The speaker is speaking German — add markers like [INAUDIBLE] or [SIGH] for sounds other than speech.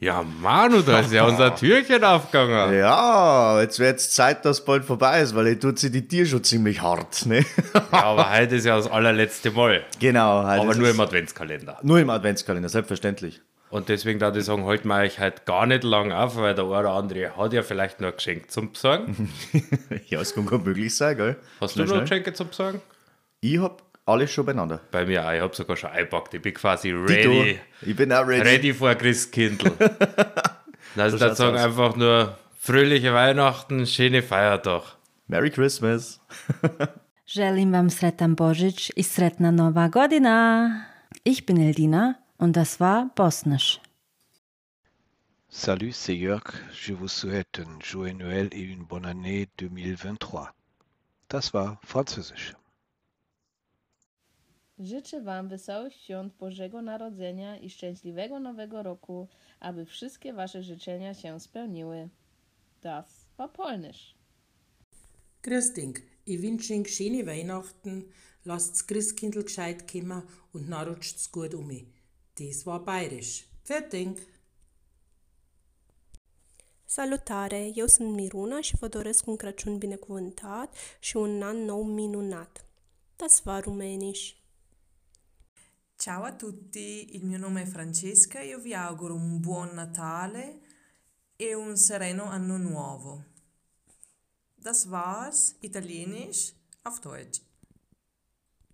Ja, Manu, da ist ja [LAUGHS] unser Türchen aufgegangen. Ja, jetzt wird es Zeit, dass bald vorbei ist, weil ich tut sie die Tier schon ziemlich hart. Ne? Ja, aber heute ist ja das allerletzte Mal. [LAUGHS] Genau. halt Aber ist nur es- im Adventskalender. nur im Adventskalender, selbstverständlich. Und deswegen da ich sagen, halt mal euch halt gar nicht lang auf, weil der eine oder andere hat ja vielleicht noch ein Geschenk zum Besorgen. [LAUGHS] Ja, es kann gut möglich sein, gell? Hast du Schnell, noch schnell. Geschenke zum Besorgen? Ich hab alles schon beieinander. Bei mir auch, ich habe sogar schon eingepackt. Ich bin quasi Dito, ready. Ich bin auch ready. Ready vor [LAUGHS] Christkindl. Also da schaut's sagen aus. einfach nur fröhliche Weihnachten, schöne Feiertag. Merry Christmas. [LAUGHS] Želim vam sretan Božić i sretna Nova godina. Ich bin Eldina und das war Bosnisch. Salut, c'est Jörg. Je vous souhaite un joyeux Noël et une bonne année 2023. Das war Französisch. Życzę Wam wesołych świąt Bożego Narodzenia i szczęśliwego Nowego Roku, aby wszystkie Wasze życzenia się spełniły. Das war Polnisch. Grüß Ding, ich wünsche Ihnen schöne Weihnachten, lasst's Christkindl gescheit kommen und dann rutscht's gut um. Das war bayerisch. Fertig. Salutare! Eu sunt Miruna și vă doresc un Crăciun binecuvântat și un an nou minunat. Das war rumenisch! Ciao a tutti, il mio nome è Francesca e io vi auguro un buon Natale e un sereno anno nuovo. Das war's, italienisch auf Deutsch.